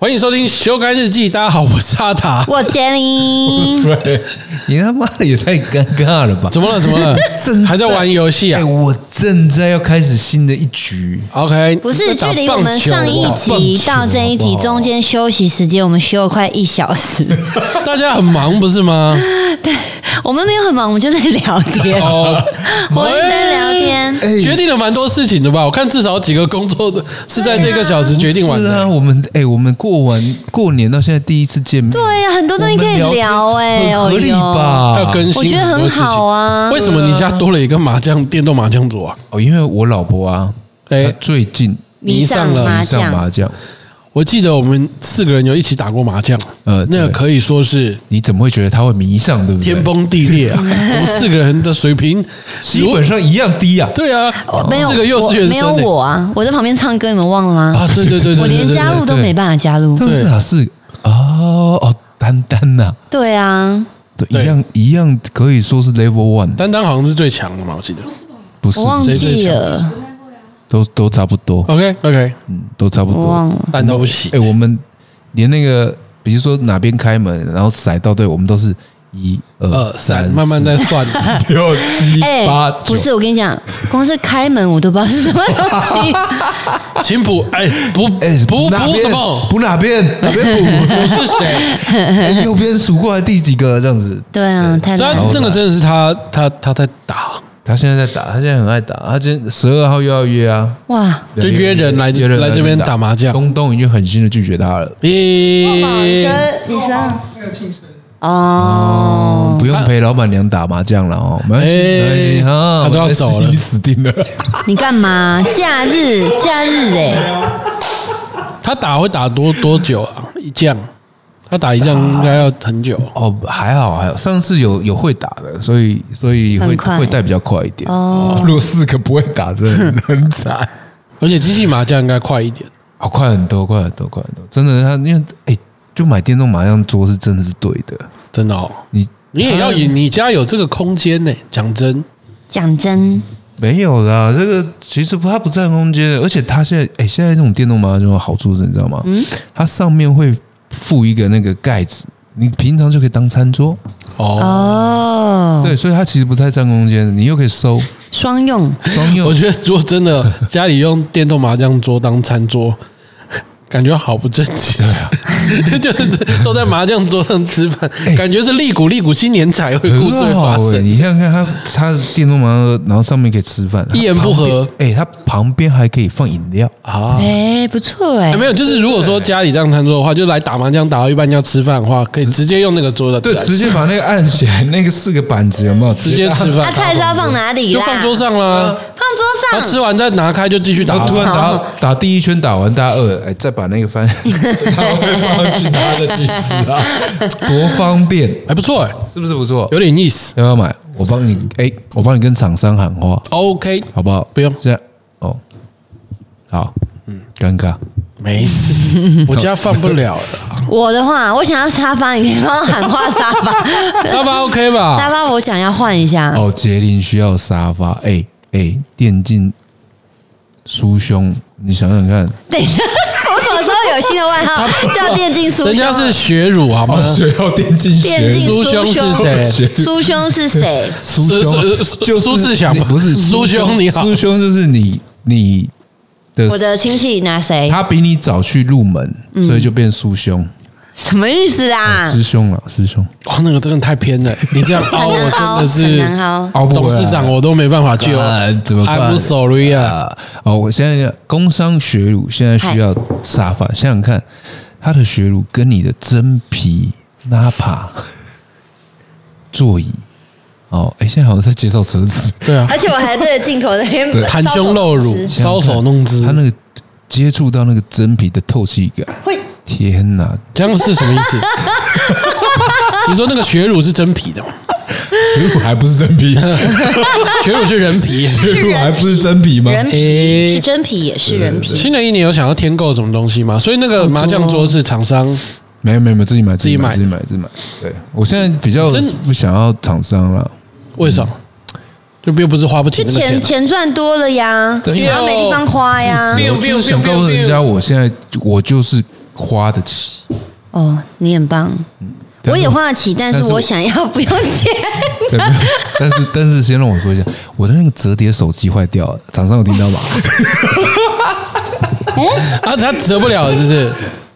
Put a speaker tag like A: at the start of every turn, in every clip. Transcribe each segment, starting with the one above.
A: 欢迎收听《修改日记》，大家好，我是阿 达。
B: 我杰林，
A: 对，
C: 你他妈的也太尴尬了吧！
A: 怎么了？怎么 了
C: 正？
A: 还在玩游戏啊
C: 哎，我正在要开始新的一局，
A: ？OK，
B: 不是距
A: 打
B: 离
A: 棒
B: 我们
A: 球
B: 上一
A: 好不好
B: 集到这一集中间休息时间，我们休了快一小时。
A: 大家很忙不是 吗？
B: 我们没有很忙，我们就在聊天，
A: 哦，
B: 我们在聊天。
C: 哎
A: 决定了蛮多事情的吧？我看至少几个工作的是在这个小
B: 哎
A: 时决定完
C: 是啊，
A: 的。
C: 我们哎，我们过完过年到现在第一次见面，
B: 对呀，很多东西可以聊哎，
C: 很合理吧？
A: 要更新，
B: 我觉得很好。啊。
A: 啊为什么你家多了一个麻将电动麻将桌啊？
C: 哦，因为我老婆啊，
A: 哎
C: 她最近
B: 迷上了麻
C: 迷上麻
B: 将，
C: 将，
A: 我记得我们四个人有一起打过麻将，
C: 呃
A: 那
C: 对
A: 可以说是
C: 你怎么会觉得她会迷上？对不对？
A: 天崩地 裂啊！我们四个人的水平
C: 基本上一样低啊。
A: 对啊
B: 我，哦没有
A: 四个幼
B: 我
A: 稚园生
B: 没有
A: 欸
B: 我啊，我在旁边唱歌，你们忘了吗？
A: 啊，对对对对，
B: 我
A: 对
B: 连
A: 对
B: 加入都没办法加入。
C: 但是啊，是哦哦，丹丹呐，
B: 对啊，
C: 对，
A: 对
C: 一样一样，可以说是 level one，
A: 担当好像是最强的嘛，我记得。
C: 不是
B: 我忘
A: 谁最
B: 记
A: 强
B: 了，
C: 都都差不多，
A: OK OK，
C: 嗯，都差不
B: 我忘
C: 多。
B: 了。
A: 烂到不行
C: 哎，。我们连那个，比如说哪边开门，然后甩到对，我们都是一
A: 二
C: 二
A: 三，
C: 三，
A: 慢慢
C: 四
A: 在算。
C: 六七
B: 哎、
C: 八
B: 不
C: 九，
B: 是，我跟你讲，光是开门我都不知道是什么东西。
A: 请补，哎，补
C: 哎，
A: 补
C: 哪
A: 补
C: 边
A: 什 么？
C: 补哪边？哪边补？
A: 我是谁？
C: 哎右边数过来第几个？这样子。
B: 对啊，太
A: 所以
B: 难
A: 他
B: 了。
A: 真的真的是他，他他在打，
C: 他现在在打，他现在很爱打，他今天十二号又要约啊，
B: 哇，
A: 就约人来
C: 约人
A: 来这边打麻将
C: 东东已经狠心的拒绝他了，
B: 你
A: 咦，
B: 说你说哦，
C: 不用陪老板娘打麻将了哦，没关系，没关系
A: 哎
C: 啊，
A: 他都要
C: 没关系
A: 走了
C: 你死定了。
B: 你干嘛？假日假日哎、
A: 他打会打多多久啊？一将，他打一将应该要很久。
C: 哦，还好还好，上次有有会打的，所以所以会
B: 很快
C: 会带比较快一点。
B: 哦，
C: 如果四个不会打，真 的很惨。
A: 而且机器麻将应该快一点。
C: 哦，快很多，快很多，快很多，真的，他因为哎、就买电动麻将桌是真的是对的，
A: 真的哦，
C: 你
A: 你也要有你家有这个空间呢。讲真，
B: 讲真，
C: 没有啦，这个其实它不占空间的，而且它现在哎、现在这种电动麻将桌的好处是，你知道吗？
B: 嗯
C: 它上面会附一个那个盖子，你平常就可以当餐桌，
A: 哦，
B: 哦，
C: 对，所以它其实不太占空间的，你又可以收
B: 双用，
C: 双
A: 我
C: 用。
A: 觉得如果真 的家里用电动麻将桌当餐桌，感觉好不正经，
C: 啊
A: 就是都在麻将桌上吃饭，感觉是利古利古新年才会故事会
C: 哎很
A: 发
C: 好欸
A: 生。
C: 你想想看它，它的电动麻将桌，然后上面可以吃饭，
A: 一言不合
C: 它旁边哎、它旁边还可以放饮料，
A: 啊。
B: 哎、不错哎、
A: 没有，就是如果说家里这样餐桌的话，就来打麻将打到一半要吃饭的话，可以直接用那个桌子，
C: 对，直接把那个按起来，那个四个板子有没有？
A: 啊直接吃
B: 那、
A: 饭，
B: 啊菜是要放哪里
A: 就
B: 啦？
A: 放桌，上啦，
B: 放桌
A: 然后
B: 上。
A: 吃完再拿开就继续打
C: 然后突然
A: 了。
C: 打打第一圈打完，大家饿，哎，再把那个翻，他会放上去他的去吃 啊，多方便，
A: 还不错哎，
C: 是不是不错？
A: 有点意思。
C: 要不要买？我帮你，哎，我帮你跟厂商喊话，
A: OK，
C: 好不好？
A: 不用
C: 这样哦，好，嗯，尴尬，
A: 没事，我家放不了了。
B: 我的话，我想要沙发，你可以帮我喊话沙 发。
A: 沙发 OK 吧？
B: 沙发我想要换一下。
C: 哦，杰林需要沙发，哎哎，电竞酥胸，你想想看，
B: 等一下，我什么时候有新的外号叫电竞苏兄？
A: 人家是哦学乳好吗？
C: 需要电竞
B: 电竞
A: 苏兄是谁？
B: 苏兄是 谁？
C: 苏
A: 苏苏
C: 兄就是
A: 苏志祥
C: 你不是
A: 苏兄你好
C: 苏兄就是你你的，
B: 我的亲戚拿谁？嗯
C: 他比你早去入门，所以就变苏兄
B: 什么意思啦？
C: 师兄啊，师兄
A: 哦，那个真的太偏了，你这样凹我
B: 很难
A: 真
B: 凹，
A: 的
B: 很
A: 是
B: 难凹。
C: 熬
A: 董事长，我都没办法救
C: 啊，怎么办
A: ？I'm sorry 啊，
C: 啊！哦，我现在工商学乳现在需要沙发，想想看，他的学乳跟你的真皮拉帕座椅，哦，哎，现在好像在介绍车子，
A: 对啊，
B: 而且我还对着镜头在那边搔
A: 含
B: 首
A: 胸露乳，
B: 弄姿
A: 搔首弄
C: 他
A: 姿，
C: 那个接触到那个真皮的透气感，
B: 会
C: 天哪，
A: 这样是什么意 思？你说那个血乳是真皮的吗？
C: 水乳还不是真 皮，
A: 血乳是人 皮。
C: 水乳还不是真皮吗？
B: 人皮是真皮，也是人皮。
A: 新的一年有想要添购什么东西吗？所以那个
B: 哦
A: 麻将桌是厂商
C: 没有没有没有，自己买自
A: 己
C: 己
A: 买
C: 买自己买自己买。对我现在比较
A: 真
C: 不想要厂商了，
A: 为什么？就又不是花不起
B: 就
A: 那个钱啊。
B: 钱钱赚多了呀，
C: 对因为嗯
B: 然后没地方花呀。
C: 我就是想告诉人家，我现在我就是花得起。
B: 哦，你很棒，我也花得起，但是
C: 但是我
B: 我想要不用钱。
C: 对，没有但是但是先让我说一下，我的那个折叠手机坏掉了，厂商有听到吗？
A: 啊，他折不了，是不是？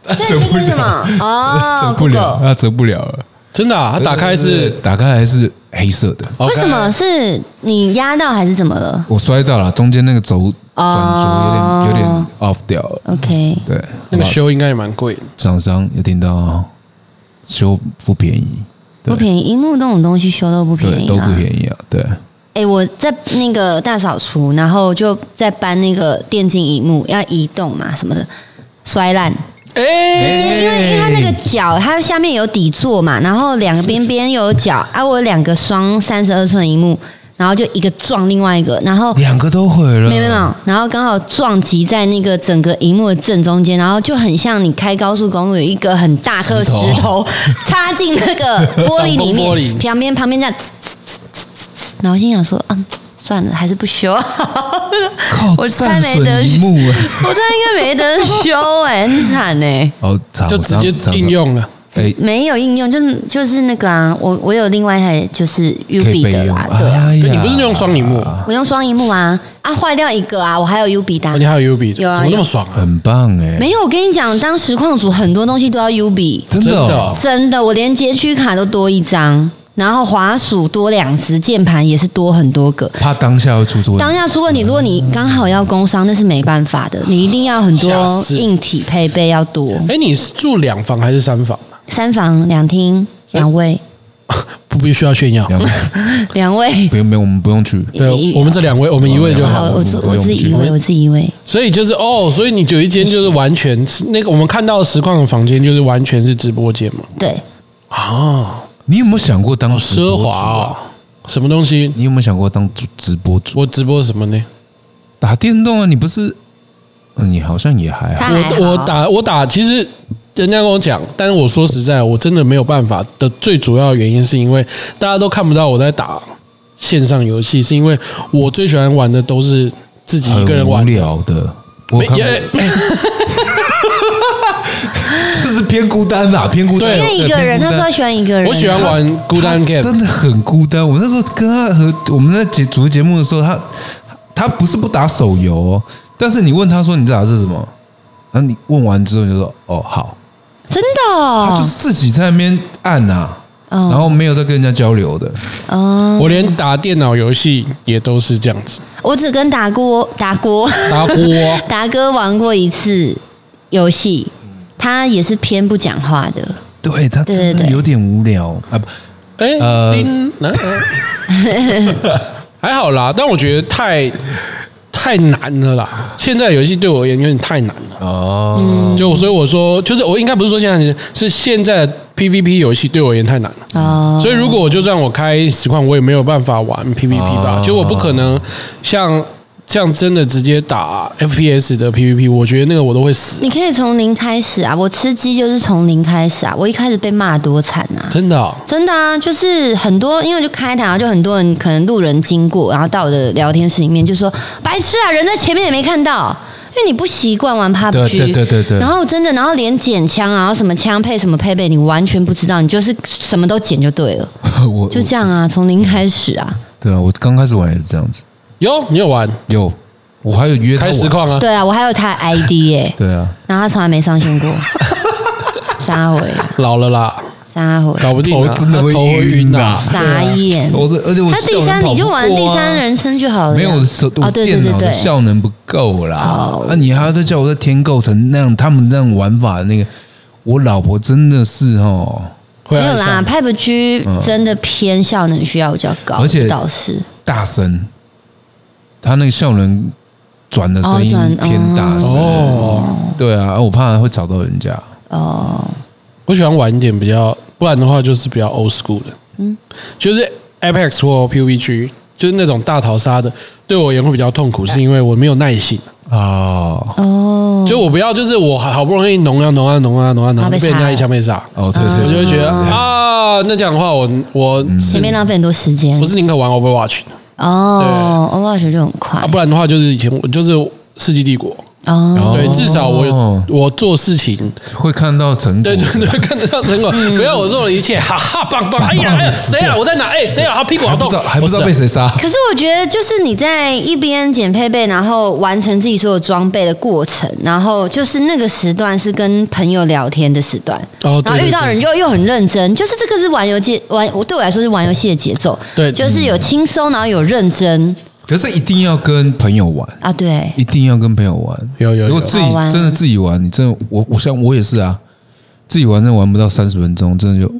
B: 这这是什么？哦
C: 折不了，
B: ，Google，
C: 它折不了了。
A: 真的、啊，他打开
C: 对对
A: 是
C: 对打开还是黑色的，
B: 为什么是你压到还是怎么了
C: 我摔到了，中间那个轴转
B: 哦嗯
C: 轴有点有点 off 掉了。
B: ？OK，
C: 对，
A: 那个
C: 好吧
A: 修应该也蛮贵的。
C: 厂商有听到哦，修不便宜，对
B: 不便宜，荧幕那种东西修都不便
C: 对，
B: 宜
C: 都
B: 啊
C: 不。便宜啊，对。
B: 哎、我在那个大扫除，然后就在搬那个电竞荧幕，要移动嘛什么的，摔烂。
A: 哎、
B: 直接因为因为它那个角，它下面有底座嘛，然后两个边边又有角啊，我有两个双三十二寸荧幕，然后就一个撞另外一个，然后
C: 两个都毁了，
B: 没有没有没有，然后刚好撞击在那个整个荧幕的正中间，然后就很像你开高速公路有一个很大颗
C: 石
B: 石
C: 头
B: 头插进那个玻璃里
A: 挡风玻璃
B: 面，旁边旁边这样，呲呲呲呲呲然后心想说，嗯，算了，还是不修，
C: 靠，
B: 我猜
C: 战
B: 没得
C: 损一幕 啊！
B: 我这应该没得修哎、很惨哎、
C: 哦，厂
A: 就直接
C: 商
A: 应，用了。
C: 厂商哎，
B: 没有应用，就是就是那个啊，我我有另外一台就是 U
C: 可以
B: B
C: 备
B: 的
C: 用。
B: 啦，对啊，
C: 哎呀
A: 你不是用双荧幕
B: 我用双荧幕啊，啊坏掉一个啊，我还有 U B
A: 而
C: 哦
B: 的
A: 且，还有 U B，怎
B: 有啊
A: 么那么爽啊？
C: 很棒哎，
B: 没有，我跟你讲，当实况组很多东西都要 U B，
C: 真的
A: 真的
C: 哦
A: 哦
B: 真的，我连街区卡都多一张，然后滑鼠多两只，键盘也是多很多个。
C: 怕当下会出错。
B: 当下出问题，如果你刚好要工伤，那是没办法的，你一定要很
A: 吓
B: 多
A: 死
B: 硬体配备要多，
A: 哎、你是住两房还是三房啊？
B: 三房两厅两卫
A: 不必须要炫耀。
C: 两位
B: 两卫，
C: 不用不用，我们不用去。
A: 对
B: 一，
A: 我们这两位，我们一位就
B: 好，
A: 好。
B: 我自我自己一
C: 不
B: 位，
C: 用
B: 我自己一位。
A: 所以就是哦，所以你有一间就是完全是那个我们看到的实况的房间，就是完全是直播间嘛。
B: 对，
A: 啊，
C: 你有没有想过当
A: 奢
C: 直播主
A: 华
C: 啊？
A: 哦，什么东西？
C: 你有没有想过当主直播主？
A: 我直播什么呢？
C: 打电动啊，你不是？嗯，你好像也还好
B: 他。还好
A: 我我打我打，其实人家跟我讲，但是我说实在，我真的没有办法的。最主要的原因是因为大家都看不到我在打线上游戏，是因为我最喜欢玩的都是自己一个人玩
C: 很无。聊的。我
A: 没
C: 看过
A: 也
C: 这是偏孤单啦，偏孤单。
A: 对
B: 因为一个人，他
C: 偏孤单
B: 说他喜欢一个人，
A: 我喜欢玩孤单 game，
C: 真的很孤单。我那时候跟他和我们在节主持节目的时候，他他不是不打手游、哦，但是你问他说你打的是什么，然后你问完之后你就说哦好，
B: 真的
C: 他就
B: 哦
C: 是自己在那边按呐、
B: 哦
C: 然后没有在跟人家交流的。
B: 哦，
A: 我连打电脑游戏也都是这样子，
B: 我只跟达哥达哥
A: 打锅
B: 达哥玩过一次游戏，他也是偏不讲话的，
C: 对他
B: 对
C: 真的
B: 对对
C: 有点无聊啊，不
A: 哎，
C: 呃
A: 叮，啊呃 还好啦，但我觉得太太难了啦。现在游戏对我而言有点太难了。
C: 哦，
B: 嗯
A: 就所以我说，就是我应该不是说现在是现在的 PVP 游戏对我而言太难了，
C: 嗯
B: 哦，
A: 所以如果我就让我开实况，我也没有办法玩 PVP 吧
C: 哦，
A: 就我不可能像像真的直接打 FPS 的 PVP，我觉得那个我都会死，
B: 你可以从零开始啊，我吃鸡就是从零开始啊，我一开始被骂得多惨啊。
A: 真的哦、
B: 真的啊，就是很多，因为就开台，然后啊就很多人可能路人经过，然后到我的聊天室里面就说：“白痴啊，人在前面也没看到。”因为你不习惯玩 PUBG，
C: 对对对对对
B: 然后真的，然后连捡枪啊，然后什么枪配什么配备，你完全不知道，你就是什么都捡就对了，
C: 我
B: 就这样啊，从零开始 啊。
C: 对啊，我刚开始玩也是这样子，
A: 有你有玩
C: 有我还有约他
A: 开
C: 玩
A: 实，况啊？
B: 对啊，我还有他的 ID 耶、
C: 对啊，
B: 然后他从来没上线 过，杀回啊，
A: 老了啦，
B: 杀回，
A: 搞不定啊，
C: 头真的会
A: 他头会
C: 晕
A: 晕
C: 啊
A: 啊！
B: 傻眼。
C: 我这而且我
B: 他第
C: 效能
B: 三，
C: 跑
B: 你就
C: 啊不
B: 玩
C: 过
B: 第
C: 啊
B: 三人称就好了呀。
C: 没有我的手，我
B: 哦，对对
C: 电
B: 对
C: 脑的
B: 对，
C: 效能不够啦
B: 哦。
C: 那你还要再叫我在添购成那样，他们那样玩法的那个，我老婆真的是哦，
A: 会
B: 没有
A: 爱
B: 啦
A: 上
B: ，Pipe G 真的偏效能需要比较高，
C: 而且
B: 这倒是
C: 大声，她那个效能转的声
B: 哦
C: 音
B: 转
C: 偏大声，
A: 哦，
C: 对啊，我怕会吵到人家。
A: 啊
B: 哦，
A: 我喜欢玩一点比较，不然的话就是比较 old school 的，嗯，就是 Apex 或 PUBG，就是那种大逃杀的，对我而言会比较痛苦，是因为我没有耐心，
C: 哦
B: 哦，
A: 就我不要，就是我好不容易弄啊弄啊弄啊弄啊，然后
B: 被
A: 被人
B: 杀
A: 家
B: 了
A: 一枪被杀，
C: 哦，对
A: 我
C: 对，
A: 就会觉得
C: 对
A: 啊，那这样的话，我我
B: 前面浪费很多时间
A: 我，是宁可玩 Overwatch 啊
B: 哦，我 t 觉就很快
A: 啊，，不然的话就是以前我就是世纪帝国，
B: 哦，
A: 对，至少我有
C: 哦
A: 我做事情，
C: 会看到成果。
A: 对对对，看得上成果。
C: 嗯
A: 不要我做了一切，哈哈，棒棒！哎呀，哎呀，谁啊？我在哪？哎，谁啊？他屁股好
C: 还不
A: 痛
C: 知道，还不知道
A: 我啊
C: 被
A: 死了
C: 谁杀，
B: 可是我觉得，就是你在一边捡配备，然后完成自己所有装备的过程，然后就是那个时段是跟朋友聊天的时段，
A: 哦对
B: 然后遇到人就又很认真，就是这个是玩游戏玩，我对我来说是玩游戏的节奏，
A: 对
B: 就是有轻松，然后有认真
C: 可是一定要跟朋友玩，
B: 啊，对，
C: 一定要跟朋友玩。
A: 有有有
C: 如果自己
B: 好玩
C: 真的自己玩，你真的我我像我也是啊，自己玩真的玩不到三十分钟，真的就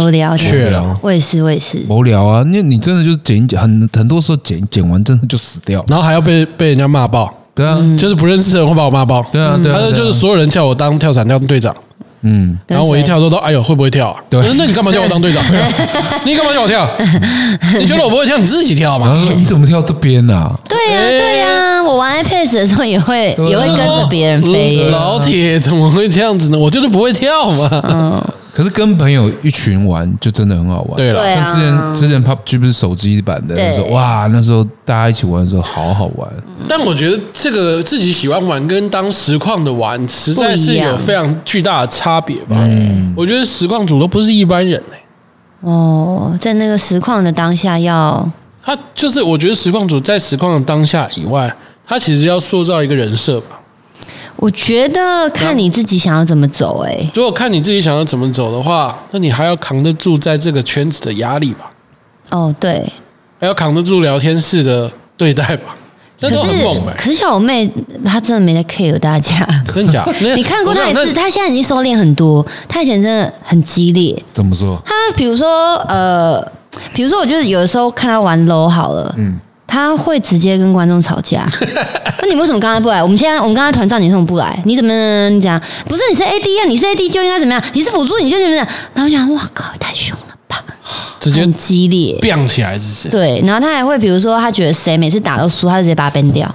B: 无聊，
A: 确了
B: 我也是，我也是，
C: 无聊啊。因为你真的就是剪一剪，很很多时候剪剪完真的就死掉。
A: 然后还要被被人家骂爆，
C: 对啊，
B: 嗯
A: 就是不认识的人会把我骂爆。
C: 对啊对啊
A: 他说
C: 对啊
A: 就是所有人叫我当跳伞跳队长，
C: 嗯，
B: 跟
A: 然后我一
B: 谁
A: 跳说都哎呦会不会跳啊？
C: 对
A: 我说那你干嘛叫我当 队长？你干嘛叫我跳？你觉得我不会跳，你自己跳
C: 然
A: 嘛。
C: 后说你怎么跳这边啊？
B: 对呀、
A: 哎
B: 对呀、我玩 iPad 的时候也会、
C: 对啊啊
B: 也会跟着别人飞耶、
A: 老铁怎么会这样子呢？我就是不会跳
B: 嗯
A: 嘛。
C: 可是跟朋友一群玩就真的很好玩。
A: 对了，
B: 对啊
C: 像之前之前 PUBG 不是手机版的，
B: 对
C: 那时候哇，那时候大家一起玩的时候好好玩。
A: 但我觉得这个自己喜欢玩跟当实况的玩，实在是有非常巨大的差别吧。
C: 嗯
A: 我觉得实况组都不是一般人、欸、
B: 哦，在那个实况的当下要
A: 他就是我觉得实况组在实况的当下以外，他其实要塑造一个人设吧。
B: 我觉得看你自己想要怎么走、哎，
A: 如果看你自己想要怎么走的话，那你还要扛得住在这个圈子的压力吧，
B: 哦，对，
A: 还要扛得住聊天室的对待吧。那
B: 可
A: 都很
B: 是
A: 猛哎、
B: 可是小我妹她真的没在 care 大 家。
A: 真假？那
B: 你看过
A: 我
B: 她
A: 跟
B: 也
A: 讲
B: 是，
A: 那
B: 她现在已经收敛很多。她以前真的很激烈，
C: 怎么说？
B: 她比如说呃，比如说我就是有的时候看她玩 low 好了，嗯，她会直接跟观众吵架。那你为什么刚才不来？我们现在我们刚才团战，你为什么不来？你怎么你怎样？不是你是 AD 啊，你是 AD 就应该怎么样？你是辅助你就怎么样？然后我想，哇靠，太凶了吧，
A: 直接
B: 很激烈。
A: 变起来是不是？
B: 对，然后他还会比如说，他觉得谁每次打到输，他就直接把他 ban 掉。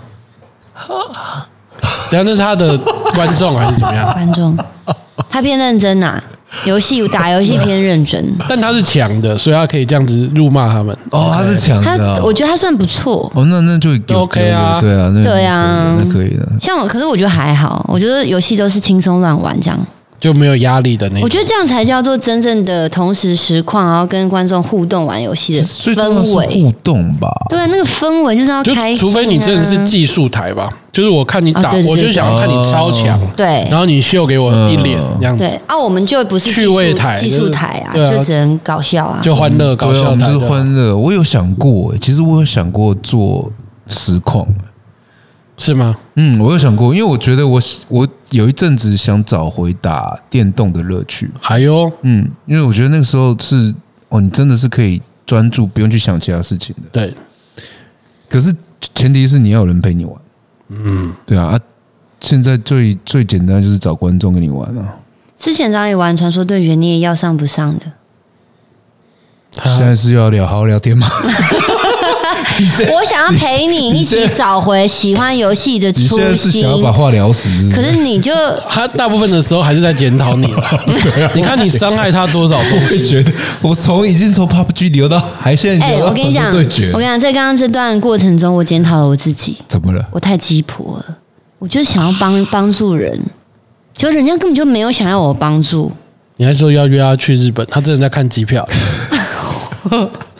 A: 等一下那是他的观众还是怎么样？
B: 观众，他偏认真呐、游戏打游戏偏认真。
A: 但他是强的，所以他可以这样子辱骂他们。
C: 哦，他是强
B: 他
C: 的啊，
B: 我觉得他算不错，
C: 哦，那那就
A: 都
C: 有
A: OK 啊
C: 有对啊，那
B: 对啊
C: 那可以的。
B: 像我，可是我觉得还好，我觉得游戏都是轻松乱玩这样。
A: 就没有压力的那种。
B: 我觉得这样才叫做真正的同时实况，然后跟观众互动玩游戏的
C: 最重要
B: 氛
C: 是
B: 围。
C: 互动吧，
B: 对啊，那个氛围就是要
A: 就
B: 开心、啊，
A: 除非你真的是技术台吧，就是我看你打，
B: 啊对对对哦
A: 我就想要看你超强，
B: 对
A: 然后你秀给我一脸
C: 嗯
A: 这样子，
B: 对啊，我们就不是技术
A: 趣味台
B: 技术台啊，
A: 对啊
B: 就只能搞笑啊。
A: 就欢乐
C: 对
A: 搞
C: 啊，
A: 笑
C: 我们
A: 台
C: 就是
A: 的
C: 欢乐。我有想过欸，其实我有想过做实况。
A: 是吗？
C: 嗯，我有想过，因为我觉得我我有一阵子想找回打电动的乐趣。
A: 哎呦，
C: 嗯，因为我觉得那个时候是哦，你真的是可以专注，不用去想其他事情的。
A: 对，
C: 可是前提是你要有人陪你玩。嗯，对啊。啊现在最最简单就是找观众跟你玩啊，
B: 之前张也玩《传说对决》，你也要上不上的？
A: 他
C: 现在是要聊好好聊天吗？
B: 我想要陪你一起找回喜欢游戏的
C: 你
B: 初
C: 现在是想要
B: 心，
C: 把话聊死不
B: 可是你就
A: 他大部分的时候还是在检讨你了，
C: 啊
A: 你看你伤害他多少东
C: 会
A: 西，
C: 觉得我从已经从 PUBG 流到还现在
B: 哎、
C: 流到
B: 我跟你
C: 团
B: 讲，
C: 队对决
B: 我跟你讲，在刚刚这段过程中，我检讨了我自己，
C: 怎么了？
B: 我太鸡婆了，我就想要帮 帮助人，就人家根本就没有想要我帮助。
A: 你还说要约他去日本，他真的在看机票，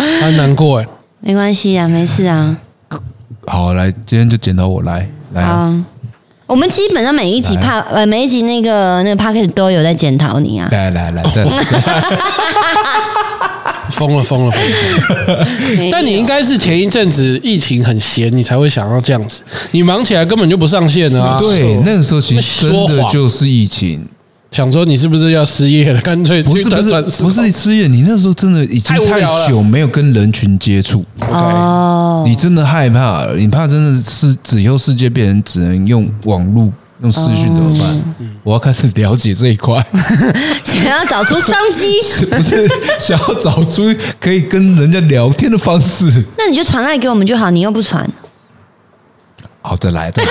A: 他难过哎，
B: 没关系啊，没事啊，
C: 好，来，今天就剪到我来来
B: 好
C: 啊
B: 啊。我们基本上每一集
C: 来
B: 怕呃每一集那个那个 p a c k e t 都有在检讨你 啊，
C: 来来来，再来
A: 疯了疯了疯了。
B: 啊没有
A: 但你应该是前一阵子疫情很闲，你才会想要这样子。你忙起来根本就不上线啊！
C: 对，那个时候其实真
A: 说
C: 的
A: 谎
C: 就是疫情，
A: 想说你是不是要失业了？干脆
C: 不是
A: 去
C: 不
A: 转
C: 是
A: 转
C: 不是失业，你那时候真的已经
A: 太无
C: 太
A: 聊了
C: 久没有跟人群接触，
B: 哦，
C: 你真的害怕了，你怕真的是以后世界变成只能用网络。用视讯怎么办？我要开始了解这一块，
B: 想要找出商机，
C: 是不是想要找出可以跟人家聊天的方式？
B: 那你就传赖给我们就好，你又不传。
C: 好，再来，再来。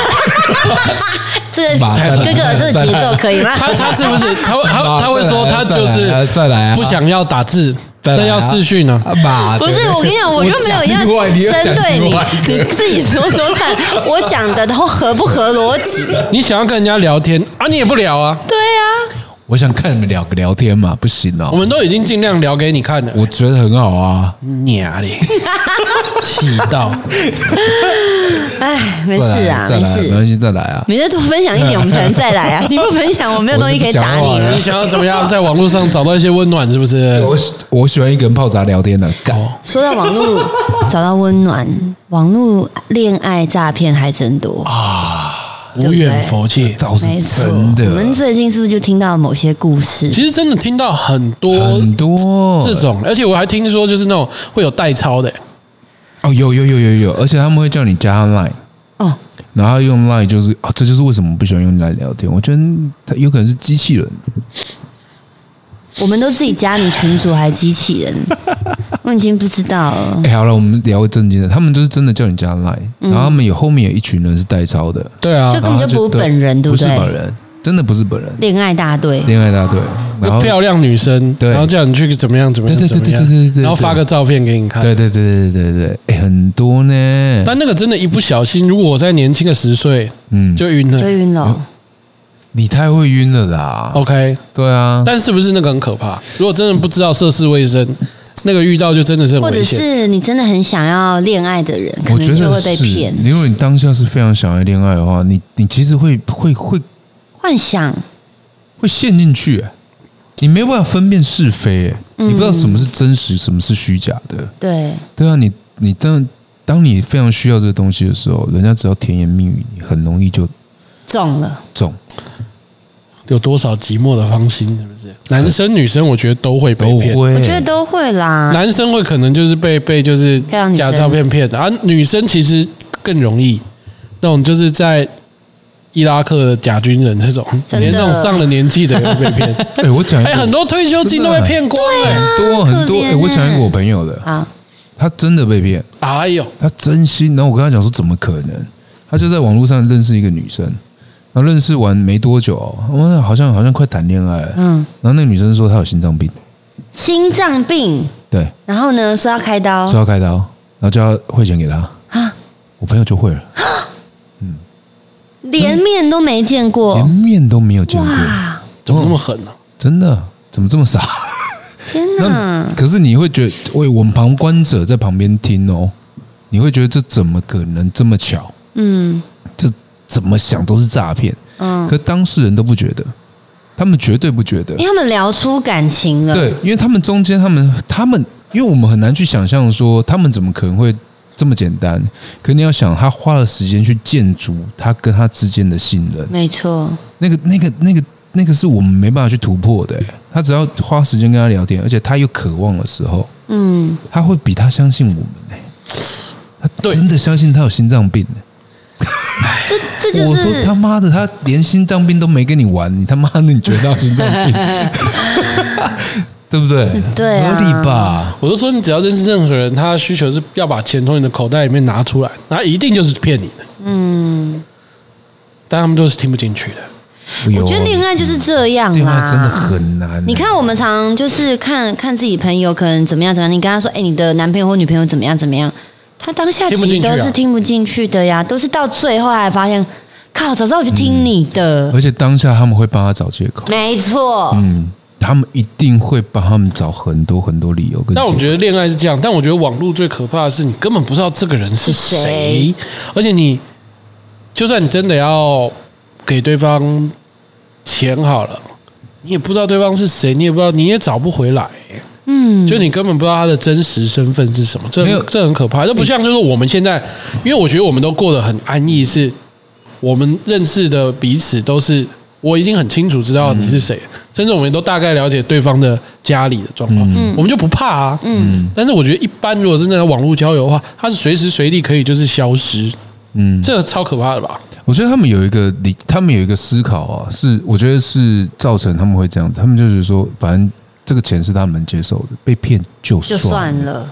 B: 这个
D: 马
B: 哥哥这个节奏可以吗？
A: 他他是不是他会 他他会说他就
D: 再来啊
A: 是
D: 再来啊
A: 不想要打字，
D: 再来
A: 但
D: 啊
A: 要视讯呢？
D: 啊妈的，
B: 不是，我跟你讲，我就没有
D: 讲另外你又
B: 要
D: 讲
B: 针对
D: 另
B: 你
D: 外一，个
B: 你自己说说看，我讲的都合不合逻辑？
A: 你想要跟人家聊天啊，你也不聊啊，
B: 对啊，
C: 我想看你们两个聊天嘛，不行
A: 我
C: 哦，
A: 们都已经尽量聊给你看了。
C: 我觉得很好啊。
A: 娘嘞，气到！
B: 哎，没
C: 再
B: 事
C: 来
B: 啊，
C: 再
B: 没
C: 来，没
B: 事。
C: 关系，再来啊。
B: 你再多分享一点，我们才能再 来啊！你不分享，我没有东西可以打你
D: 我就不讲话
B: 了
A: 你。想要怎么样在网络上找到一些温暖，是不是？
C: 我喜我喜欢一个人泡茶聊天的，干
B: 说到网络找到温暖，网络恋爱诈骗还真多，对
A: 无
B: 不对
A: 远佛界。
C: 倒哦是
B: 没错。
C: 真
B: 我们
C: 的，
B: 最近是不是就听到某些故事？
A: 其实真的听到很多
C: 很多欸
A: 这种，而且我还听说就是那种会有代抄的，欸
C: 哦，有有有有有，而且他们会叫你加他 Line，
B: 哦，
C: 然后用 Line 就是啊，这就是为什么不喜欢用 Line 聊天。我觉得他有可能是机器人，
B: 我们都自己加你群主还机器 人，我已经不知道了。
C: 哎、好了，我们聊正经的，他们就是真的叫你加 Line，、然
B: 嗯
C: 后他们有后面有一群人是代抄的，
A: 对啊
B: 就根
C: 然
B: 本
C: 后
B: 就不是本人，对
C: 啊不
B: 对
C: 是？本人，真的不是本人，
B: 恋爱大队，
C: 恋爱大队，然后
A: 漂亮女生，
C: 对
A: 然后叫你去怎么样怎么样
C: 对对
A: 怎
C: 对
A: 么样
C: 对对对对，对
A: 然后发个照片给你看。
C: 啊对对对对对对，哎、很多呢，
A: 但那个真的，一不小心，如果我再年轻个十岁，
C: 嗯，就
A: 就晕
B: 追
A: 了。
B: 晕
C: 嗯
B: 了，
C: 你太会晕了啦，
A: OK，
C: 哦对啊，
A: 但是不是那个很可怕？如果真的不知道涉世未深，那个遇到就真的是很
B: 或者
A: 危险。
B: 是你真的很想要恋爱的人，可
C: 我觉
B: 能就
C: 得
B: 会
C: 是
B: 被骗，
C: 如果你当下是非常想要恋爱的话，你你其实会会会
B: 幻想。
C: 会陷进去、哎你没有办法分辨是非、哎
B: 嗯
C: 你不知道什么是真实，什么是虚假的。
B: 对，
C: 对啊，你你当当你非常需要这个东西的时候，人家只要甜言蜜语，你很容易就
B: 中了，
C: 中，
A: 有多少寂寞的芳心，是不是？男生女生，我觉得都会被
C: 都
A: 骗。
C: 会。
B: 我觉得都会啦。
A: 男生会可能就是被被就是
B: 漂亮女生
A: 假照片骗的，而、女生其实更容易，那种就是在伊拉克的假军人这种，
B: 真的
A: 连那种上了年纪的人会被骗，
C: 哎、我讲一
A: 哎、
C: 个、
A: 很多退休金都被骗光了、
C: 很多很多。
B: 可
C: 哎、
B: 怜
C: 我讲一
B: 哎
C: 个我朋友的，
B: 啊，
C: 他真的被骗，
A: 哎呦，
C: 他真心。然后我跟他讲说，怎么可能？他就在网络上认识一个女生，然后认识完没多久，哦我们好像好像快谈恋爱了。
B: 嗯，
C: 然后那个女生说她有心脏病，
B: 心脏病，
C: 对，
B: 然后呢说要开刀
C: 说要开刀，然后叫她汇钱给她。
B: 啊，
C: 我朋友就会了，
B: 连面都没见
C: 连
B: 过，
C: 面都没有见过，
B: 哦
C: 哦
B: 哇，
A: 怎么那么狠啊呢、
C: 真的怎么这么傻？
B: 天
C: 那
B: 哪！
C: 可是你会觉得，喂，我们旁观者在旁边听哦，你会觉得这怎么可能这么巧？
B: 嗯
C: 这怎么想都是诈骗。
B: 嗯，
C: 可当事人都不觉得，他们绝对不觉得
B: 因为。他们聊出感情了，
C: 对，因为他们中间，他们他们，因为我们很难去想象说他们怎么可能会这么简单。可你要想，他花了时间去建筑他跟他之间的信任，
B: 没错，
C: 那个、那个、那个、那个是我们没办法去突破的、他只要花时间跟他聊天，而且他又渴望的时候，
B: 嗯，
C: 他会比他相信我们、欸。他
A: 对
C: 真的相信他有心脏病、欸
B: 这这就
C: 我说
B: 是
C: 他妈的，他连心脏病都没跟你玩，你他妈的你觉得他有心脏 病， 对不对？
B: 对啊
C: 合理吧？
A: 我就说，你只要认识任何人，他的需求是要把钱从你的口袋里面拿出来，然后一定就是骗你的，
B: 嗯，
A: 但他们都是听不进去的。
B: 我觉得恋爱就是这样
C: 哎啊恋爱真
B: 啦。
C: 的很难。
B: 你看，我们常就是看看自己朋友可能怎么样怎么样，你跟他说，哎，你的男朋友或女朋友怎么样怎么样，他当下其
A: 听不进
B: 实
A: 去啊
B: 都是听不进去的呀，都是到最后才发现，靠，早知道我就听你的，
C: 而且当下他们会帮他找借口，
B: 没错，
C: 嗯，他们一定会帮他们找很多很多理由跟借
A: 但
C: 口。
A: 我觉得恋爱是这样，但我觉得网络最可怕的是你根本不知道这个人是
B: 是
A: 谁
B: 谁，
A: 而且你就算你真的要给对方钱好了，你也不知道对方是谁，你也不知道，你也找不回来。
B: 嗯，
A: 就你根本不知道他的真实身份是什么，这
C: 没有
A: 很这很可怕。这不像就是我们现在，因为我觉得我们都过得很安逸，是我们认识的彼此都是我已经很清楚知道你是谁，甚至我们都大概了解对方的家里的状况，我们就不怕啊。嗯，但是我觉得一般如果真的要网络交友的话，他是随时随地可以就是消失，
C: 嗯，
A: 这个超可怕的吧？
C: 我觉得他们有一个理，他们有一个思考啊，是我觉得是造成他们会这样子。他们就是说，反正这个钱是他们能接受的，被骗就
B: 就算了。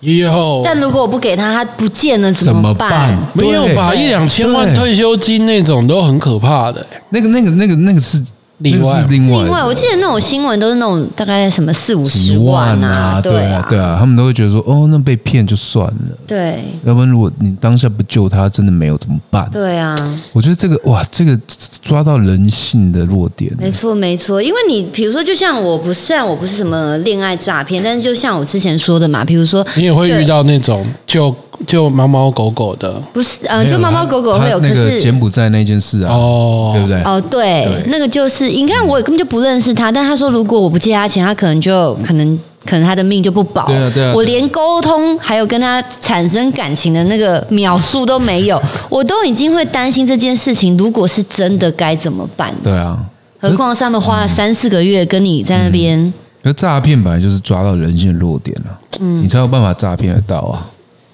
A: 哟，
B: 但如果我不给他，他不见了怎
C: 怎么
B: 么
C: 办
B: 办？？
A: 没有
C: 对
A: 吧？一两千万
C: 对
A: 退休金那种都很可怕的、欸
C: 那个、那个、那个、那个是
A: 例外
C: 那个是另外的
B: 另外，我记得那种新闻都是那种大概什么四五
C: 几
B: 十
C: 万
B: 啊，
C: 对
B: 啊，
C: 对啊，他们都会觉得说，哦，那被骗就算了，
B: 对
C: 要不然如果你当下不救他，真的没有怎么办？
B: 对啊，
C: 我觉得这个哇，这个抓到人性的弱点，
B: 没错没错。因为你比如说，就像我不虽然我不是什么恋爱诈骗，但是就像我之前说的嘛，比如说
A: 你也会
B: 这
A: 遇到那种就就毛毛狗狗的
B: 不是呃，就猫猫狗狗会有，
C: 哎
B: 可
C: 他那个
B: 是
C: 柬埔寨那件事啊，
A: 哦
C: 对不对？
B: 哦，对，
C: 对
B: 那个就是你看，我也根本就不认识他，但他说如果我不借他钱，他可能就可能可能他的命就不保。
C: 对啊对啊
B: 我
C: 对啊
B: 连沟通还有跟他产生感情的那个秒数都没有，我都已经会担心这件事情，如果是真的该怎么办？
C: 对啊，
B: 何况是他们花了三四个月跟你在那边，
C: 可是诈骗本来就是抓到人性的弱点啊，
B: 嗯
C: 你才有办法诈骗得到啊。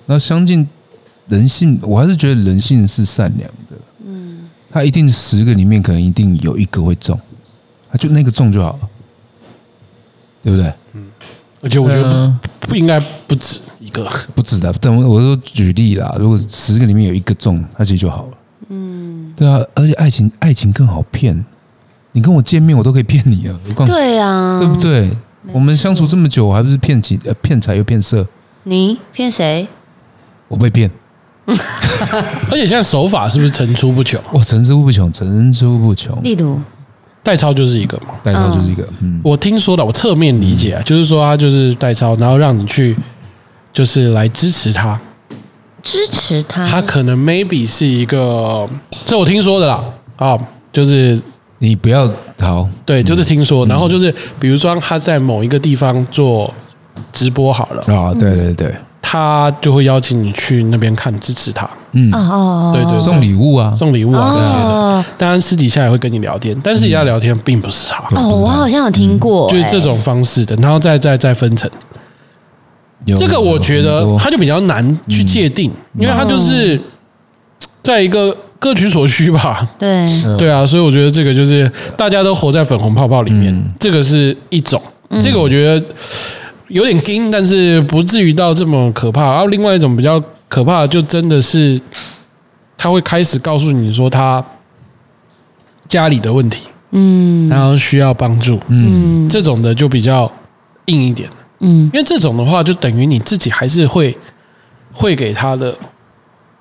C: 那相信人性，我还是觉得人性是善良的，嗯，他一定十个里面可能一定有一个会中，他就那个中就好了，对不对？
A: 而且我觉得不,、
C: 对啊
A: 不应该不止一个。
C: 不止的，但我我说举例啦，如果十个里面有一个中，他其实就好了。嗯，对啊，而且爱情爱情更好骗，你跟我见面我都可以骗你啊，何况
B: 对啊，
C: 对不？对？我们相处这么久，我还不是骗几呃骗财又骗色，
B: 你骗谁？
C: 我被骗，
A: 而且现在手法是不是层出不穷？
C: 哇，层出不穷，层出不穷。
B: 例如，
A: 代抄就是一个嘛。
C: 带上就是一个，嗯，
A: 我听说的，我侧面理解、啊，就是说他就是代抄，然后让你去就是来支持他。
B: 支持他，
A: 他可能 maybe 是一个，这我听说的啦。啊，就是
C: 你不要好，
A: 对，就是听说。然后就是比如说他在某一个地方做直播好了，
C: 啊，对对对，
A: 他就会邀请你去那边看支持他，
C: 嗯
B: 哦，哦，哦
A: 对对对
C: 送礼物啊，
A: 送礼物啊这些
B: 哦
A: 的。当然私底下也会跟你聊天，但私底下聊天并不是他，
B: 哦，我好像有听过、
A: 就是这
B: 哎
A: 种方式的，然后再再再分层。
C: 有
A: 这个我觉
C: 有很
A: 得
C: 多嗯哦
A: 它就比较难去界定，因为它就是在一个各取所需吧。
B: 哎对，
C: 嗯
A: 对啊，所以我觉得这个就是大家都活在粉红泡泡里面，
C: 嗯
A: 这个是一种。这个我觉得有点惊，但是不至于到这么可怕。然后另外一种比较可怕，的，就真的是他会开始告诉你说他家里的问题，
B: 嗯
A: 然后需要帮助。
C: 嗯，
B: 嗯
A: 这种的就比较硬一点。
B: 嗯
A: 因为这种的话，就等于你自己还是会会给他的，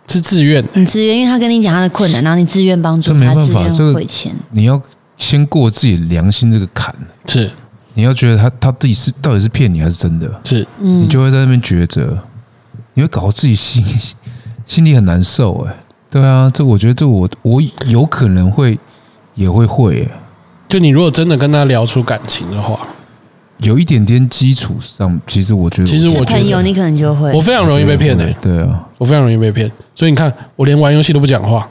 A: 是自愿的。
B: 你自愿，因为他跟你讲他的困难，然后你自愿帮助
C: 这没
B: 他，
C: 办
B: 自
C: 法这
B: 愿
C: 个
B: 汇钱。
C: 你要先过自己良心这个坎，
A: 是
C: 你要觉得他他自己是到底是骗你还是真的，
A: 是，
B: 嗯
C: 你就会在那边抉择，你会搞得自己心心里很难受哎、对啊，这我觉得这我我有可能会也会会、哎
A: 就你如果真的跟他聊出感情的话，
C: 有一点点基础上，其实我觉得
A: 其实
B: 是
A: 我觉得
B: 朋友，你可能就会
A: 我非常容易被骗的、欸
C: 哎，对啊，
A: 我非常容易被骗。所以你看，我连玩游戏都不讲话，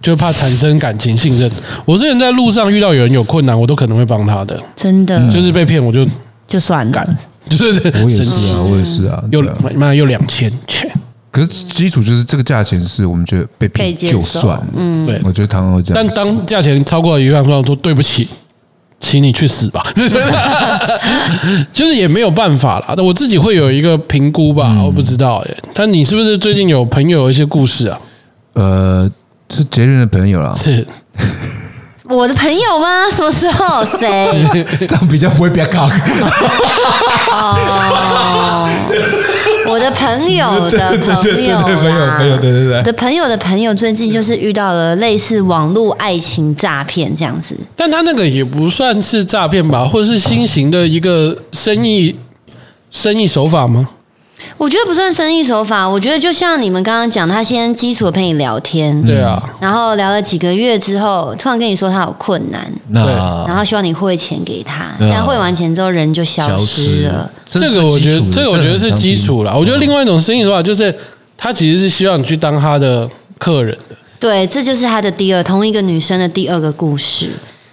A: 就怕产生感情信任。我之前在路上遇到有人有困难，我都可能会帮他的，
B: 真
C: 嗯
B: 的
A: 就是被骗我就
B: 就算了，
A: 就是
C: 我也
A: 生
C: 是
A: 气，
C: 啊，我也是啊，
A: 又
C: 对啊
A: 妈又两千，切，
C: 可是基础就是这个价钱是我们觉得被
B: 可
C: 骗
B: 以接
C: 就
B: 受
C: 算了，
B: 嗯，
A: 对。
C: 我觉得唐安会这样
A: 但，当价钱超过一万块，我说对不起，请你去死吧， 就是也没有办法啦。我自己会有一个评估吧，我不知道哎、但你是不是最近有朋友有一些故事啊？
C: 呃，是杰伦的 朋友啦，
A: 是
B: 我的朋友吗？ 什么时候？ 谁？
C: 这样比较不会被告。
B: 哦，我的朋友的朋友啦，
C: 对对对对对朋友朋友对对对
B: 我的朋友的朋友最近就是遇到了类似网络爱情诈骗这样子，
A: 但他那个也不算是诈骗吧，或者是新型的一个生意生意手法吗？
B: 我觉得不算生意手法，我觉得就像你们刚刚讲，他先基础地陪你聊天，
A: 对啊，
B: 然后聊了几个月之后，突然跟你说他有困难，然
C: 那
B: 后希望你汇钱给他，
C: 啊对啊
B: 但汇完钱之后人就消失了。
A: 这个我觉得这个我觉得是基础啦。我觉得另外一种生意手法就是他其实是希望你去当他的客人的。
B: 对，这就是他的第二同一个女生的第二个故事，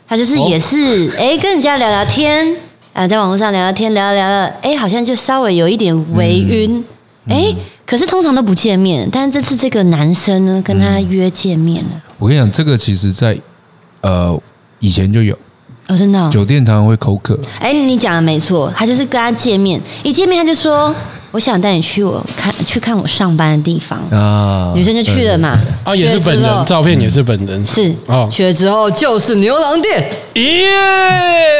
B: 他就是也是哎、诶跟人家聊聊天啊，在网络上聊聊天，聊聊聊聊，哎、好像就稍微有一点微晕，哎、可是通常都不见面，但是这次这个男生呢跟他约见面了，
C: 我跟你讲，这个其实在呃以前就有，
B: 哦，真的、哦，
C: 酒店常常会口渴，
B: 哎、你讲的没错，他就是跟他见面，一见面他就说。我想带你去我看去看我上班的地方。
C: 啊，
B: 嗯女生就去了嘛，
A: 啊，也是本
B: 去
A: 人，
B: 了之后
A: 照片也是本人，
B: 是
A: 哦
B: 去了之后就是牛郎店，
A: 耶！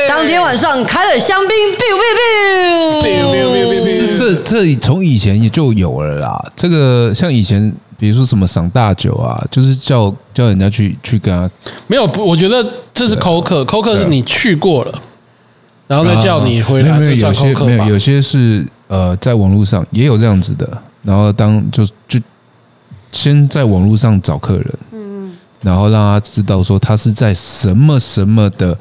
B: 当天晚上开了香槟，biu biu biu，biu
A: biu biu biu biu
C: 是这这从以前也就有了啦。这个像以前，比如说什么赏大酒啊，就是叫叫人家去去跟他
A: 没有，不我觉得这是口渴，口渴是你去过了，然后再叫你回
C: 啊
A: 来，
C: 没
A: 这
C: 有没有
A: 算
C: 有
A: 口
C: 些没
A: 渴吧
C: 有？有些是呃，在网络上也有这样子的，然后当就就先在网络上找客人，嗯，然后让他知道说他是在什么什么的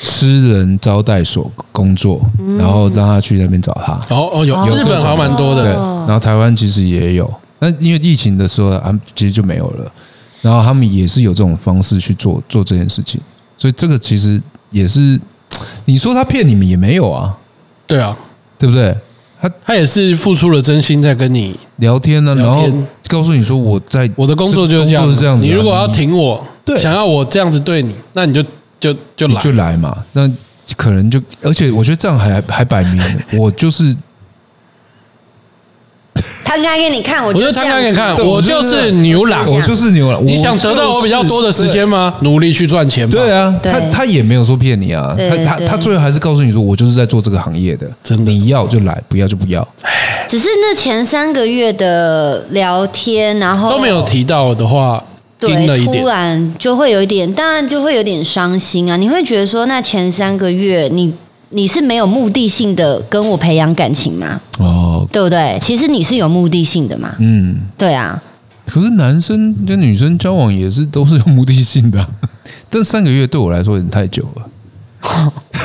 C: 私人招待所工作，然后让他去那边找他。
A: 哦哦，有
B: 有
A: 日本好像蛮多
C: 对，
A: 的，
C: 然后台湾其实也有，那因为疫情的时候，他们其实就没有了。然后他们也是有这种方式去做做这件事情，所以这个其实也是，你说他骗你们也没有啊，
A: 对啊，
C: 对不对？他
A: 他也是付出了真心在跟你。
C: 聊天呢、然
A: 聊
C: 后
A: 天
C: 告诉你说我在
A: 我的工作就是这样，
C: 工作是这样子啊
A: 你如果要挺我，
C: 对
A: 想要我这样子对你，那你就就就
C: 你
A: 来
C: 就来嘛，那可能就而且我觉得这样还还摆 明了，我就是
B: 摊开给你看，我
A: 我就
B: 就
A: 摊开给你
B: 这
A: 看
B: 样子
A: 我就是牛郎
C: 我就是牛郎，
A: 你想得到我比较多的时间吗？努力去赚钱吧。
C: 对啊，
B: 对
C: 他他也没有说骗你啊，
B: 对
C: 他他
B: 对
C: 他最后还是告诉你说，我就是在做这个行业的，
A: 真的
C: 你要就来，不要就不要。
B: 只是那前三个月的聊天，然后
A: 都没有提到的话，盯了
B: 对，
A: 一
B: 突
A: 点。
B: 然就会有一点，当然就会有点伤心啊！你会觉得说，那前三个月你你是没有目的性的跟我培养感情吗？
C: 哦，
B: 对不对？其实你是有目的性的嘛，
C: 嗯，
B: 对啊，
C: 可是男生跟女生交往也是都是有目的性的啊、 但三个月对我来说有点太久了，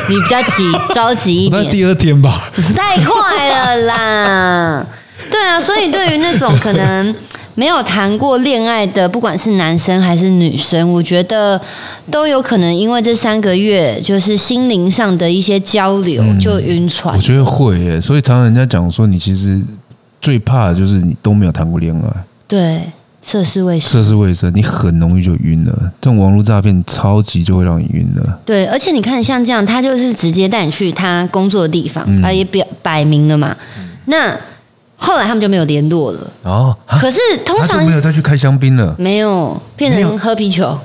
B: 你比较 急着急一
C: 我在
B: 点，
C: 第二天吧。
B: 太快了啦！对啊，所以对于那种可能没有谈过恋爱的，不管是男生还是女生，我觉得都有可能因为这三个月就是心灵上的一些交流就晕船
C: 嗯我。觉得会耶，所以常常人家讲说，你其实最怕的就是你都没有谈过恋爱，
B: 对，涉世未深。
C: 涉世未深，你很容易就晕了。这种网络诈骗超级就会让你晕了。
B: 对，而且你看，像这样，他就是直接带你去他工作的地方，
C: 嗯
B: 啊、也表摆明了嘛。那后来他们就没有联络了。
C: 哦，啊
B: 可是通
C: 他就
B: 常
C: 没有再去开香槟了。
B: 没有变成喝啤酒，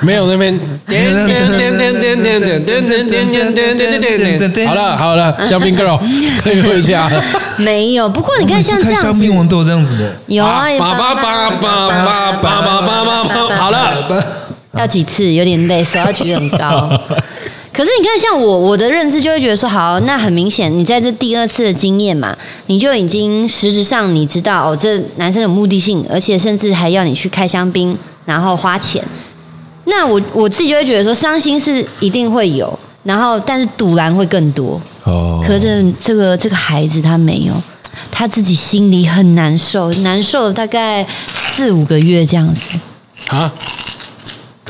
A: 没有那边点点点点点点点点点点点点点点点。好了好了，香槟 girl 可以回家了。
B: 没有。不过你看，像这
C: 开
B: 样
C: 香槟王
B: 子，
C: 都有这样子的，
B: 有啊，
A: 叭叭叭叭叭叭叭叭叭，好了，
B: 要几次有点累，手要举很 高。可是你看，像我我的认识就会觉得说，好，那很明显，你在这第二次的经验嘛，你就已经实质上你知道哦，这男生有目的性，而且甚至还要你去开香槟，然后花钱。那我我自己就会觉得说，伤心是一定会有，然后但是堵拦会更多。
C: 哦
B: 可是这个这个孩子他没有，他自己心里很难受，难受了大概四五个月这样子。
A: 啊，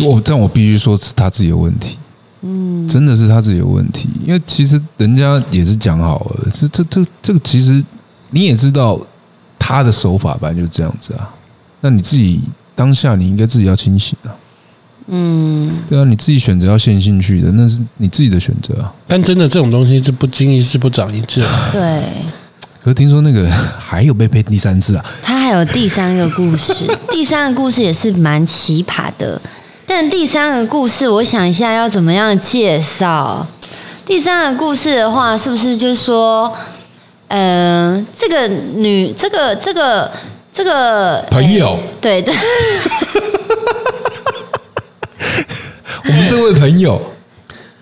C: 我但我必须说是他自己的问题，嗯，真的是他自己的问题，因为其实人家也是讲好了，这这这这个其实你也知道他的手法本来就是这样子啊，那你自己当下你应该自己要清醒啊，嗯，对啊，你自己选择要陷进去的，那是你自己的选择啊。
A: 但真的这种东西是不经一事不长一智啊。
B: 对
C: 可是听说那个还有被骗第三次啊，
B: 他还有第三个故事， 第三个故事也是蛮奇葩的。但第三个故事，我想一下要怎么样介绍。第三个故事的话，是不是就是说，嗯、这个女，这个这个这个
C: 朋友
B: 哎对，这
C: 我们这位朋友